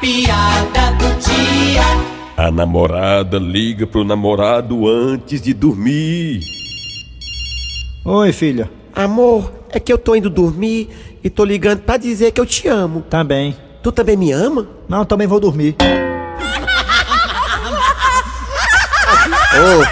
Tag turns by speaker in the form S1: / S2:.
S1: piada do dia.
S2: A namorada liga pro namorado antes de dormir.
S3: Oi, filha.
S4: Amor, é que eu tô indo dormir e tô ligando pra dizer que eu te amo.
S3: Tá bem.
S4: Tu também me ama?
S3: Não, também vou dormir.
S4: Ô,